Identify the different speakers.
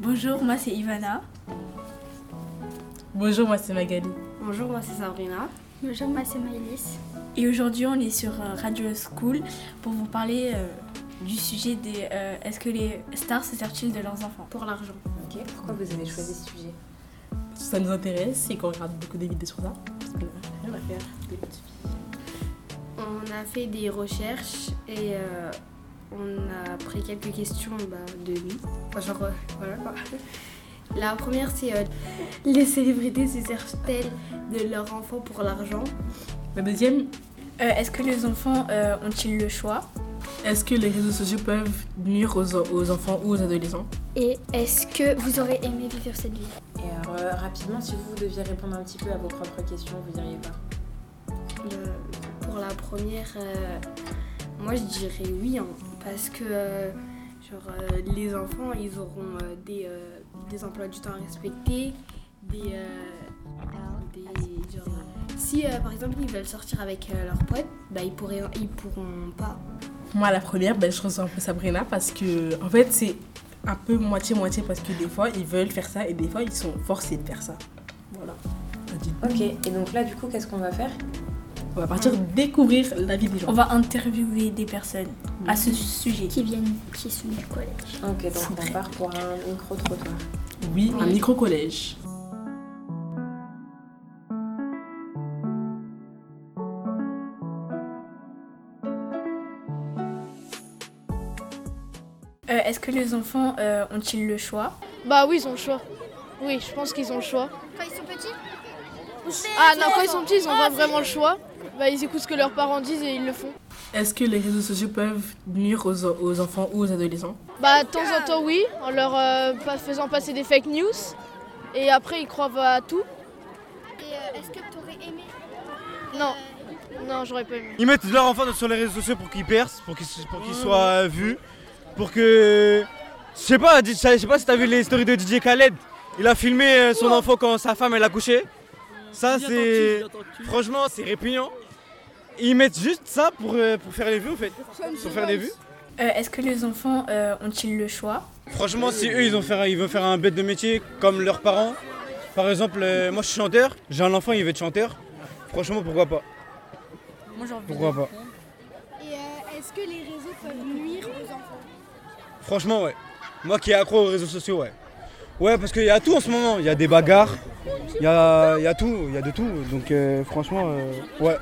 Speaker 1: Bonjour, moi c'est Ivana.
Speaker 2: Bonjour, moi c'est Magali.
Speaker 3: Bonjour, moi c'est Sabrina.
Speaker 4: Bonjour, moi c'est Maëlys.
Speaker 1: Et aujourd'hui, on est sur euh, Radio School pour vous parler euh, du sujet des euh, est-ce que les stars se servent-ils de leurs enfants
Speaker 3: Pour l'argent.
Speaker 5: Ok, pourquoi vous avez choisi ce sujet
Speaker 2: Ça nous intéresse et qu'on regarde beaucoup de vidéos sur ça. Parce qu'on a rien à faire.
Speaker 3: On a fait des recherches et euh, on a pris quelques questions bah, de lui. Enfin, genre, euh, voilà quoi. La première, c'est euh, les célébrités se servent-elles de leurs enfants pour l'argent
Speaker 2: La deuxième,
Speaker 1: Euh, Est-ce que les enfants euh, ont-ils le choix
Speaker 2: est-ce que les réseaux sociaux peuvent nuire aux, aux enfants ou aux adolescents
Speaker 4: Et est-ce que vous aurez aimé vivre cette vie
Speaker 5: Et alors, euh, rapidement, si vous deviez répondre un petit peu à vos propres questions, vous diriez pas
Speaker 3: Euh, Pour la première, euh, moi je dirais oui, hein, parce que euh, genre, euh, les enfants, ils auront euh, des, euh, des emplois du temps à respecter, des... euh, des- genre, si euh, par exemple ils veulent sortir avec euh, leurs potes, bah, ils, pourraient, ils pourront pas.
Speaker 2: Moi, la première, ben, je ressens un peu Sabrina parce que, en fait, c'est un peu moitié-moitié parce que des fois, ils veulent faire ça et des fois, ils sont forcés de faire ça. Voilà.
Speaker 5: Ok, et donc là, du coup, qu'est-ce qu'on va faire
Speaker 2: On va partir découvrir la vie des gens.
Speaker 1: On va interviewer des personnes à ce sujet.
Speaker 4: Qui viennent, qui sont du collège
Speaker 5: Ok,
Speaker 1: Faut
Speaker 5: donc on
Speaker 1: prêt.
Speaker 5: part pour un micro-trottoir.
Speaker 2: Oui, un micro-collège.
Speaker 1: Euh, est-ce que les enfants euh, ont-ils le choix
Speaker 6: Bah oui, ils ont le choix. Oui, je pense qu'ils ont le choix.
Speaker 4: Quand ils sont petits
Speaker 6: Ah non, quand ils sont petits, ils ont pas vraiment le choix. Bah ils écoutent ce que leurs parents disent et ils le font.
Speaker 2: Est-ce que les réseaux sociaux peuvent nuire aux, aux enfants ou aux adolescents
Speaker 6: Bah de temps en temps, oui, en leur euh, pas- faisant passer des fake news. Et après, ils croient à tout.
Speaker 4: Et euh, est-ce que tu aurais aimé Euh,
Speaker 6: Non, non, j'aurais pas aimé.
Speaker 7: Ils mettent leurs enfants sur les réseaux sociaux pour qu'ils percent, pour qu'ils pour qu'ils soient euh, vus, pour que. Je sais pas, je sais pas si t'as vu les stories de DJ Khaled. Il a filmé euh, son enfant quand sa femme elle a couché. Ça c'est. Franchement, c'est répugnant. Ils mettent juste ça pour, euh, pour faire les vues en fait. Pour faire les vues.
Speaker 1: Euh, Est-ce que les enfants euh, ont-ils le choix
Speaker 7: Franchement, si eux ils, ont faire, ils veulent faire un bête de métier comme leurs parents, par exemple, euh, moi je suis chanteur, j'ai un enfant, il veut être chanteur. Franchement, pourquoi pas Pourquoi pas
Speaker 4: Et euh, est-ce que les réseaux peuvent nuire aux enfants
Speaker 7: Franchement, ouais. Moi qui est accro aux réseaux sociaux, ouais. Ouais, parce qu'il y a tout en ce moment. Il y a des bagarres, il y a, il y a tout, il y a de tout. Donc, euh, franchement, euh, ouais.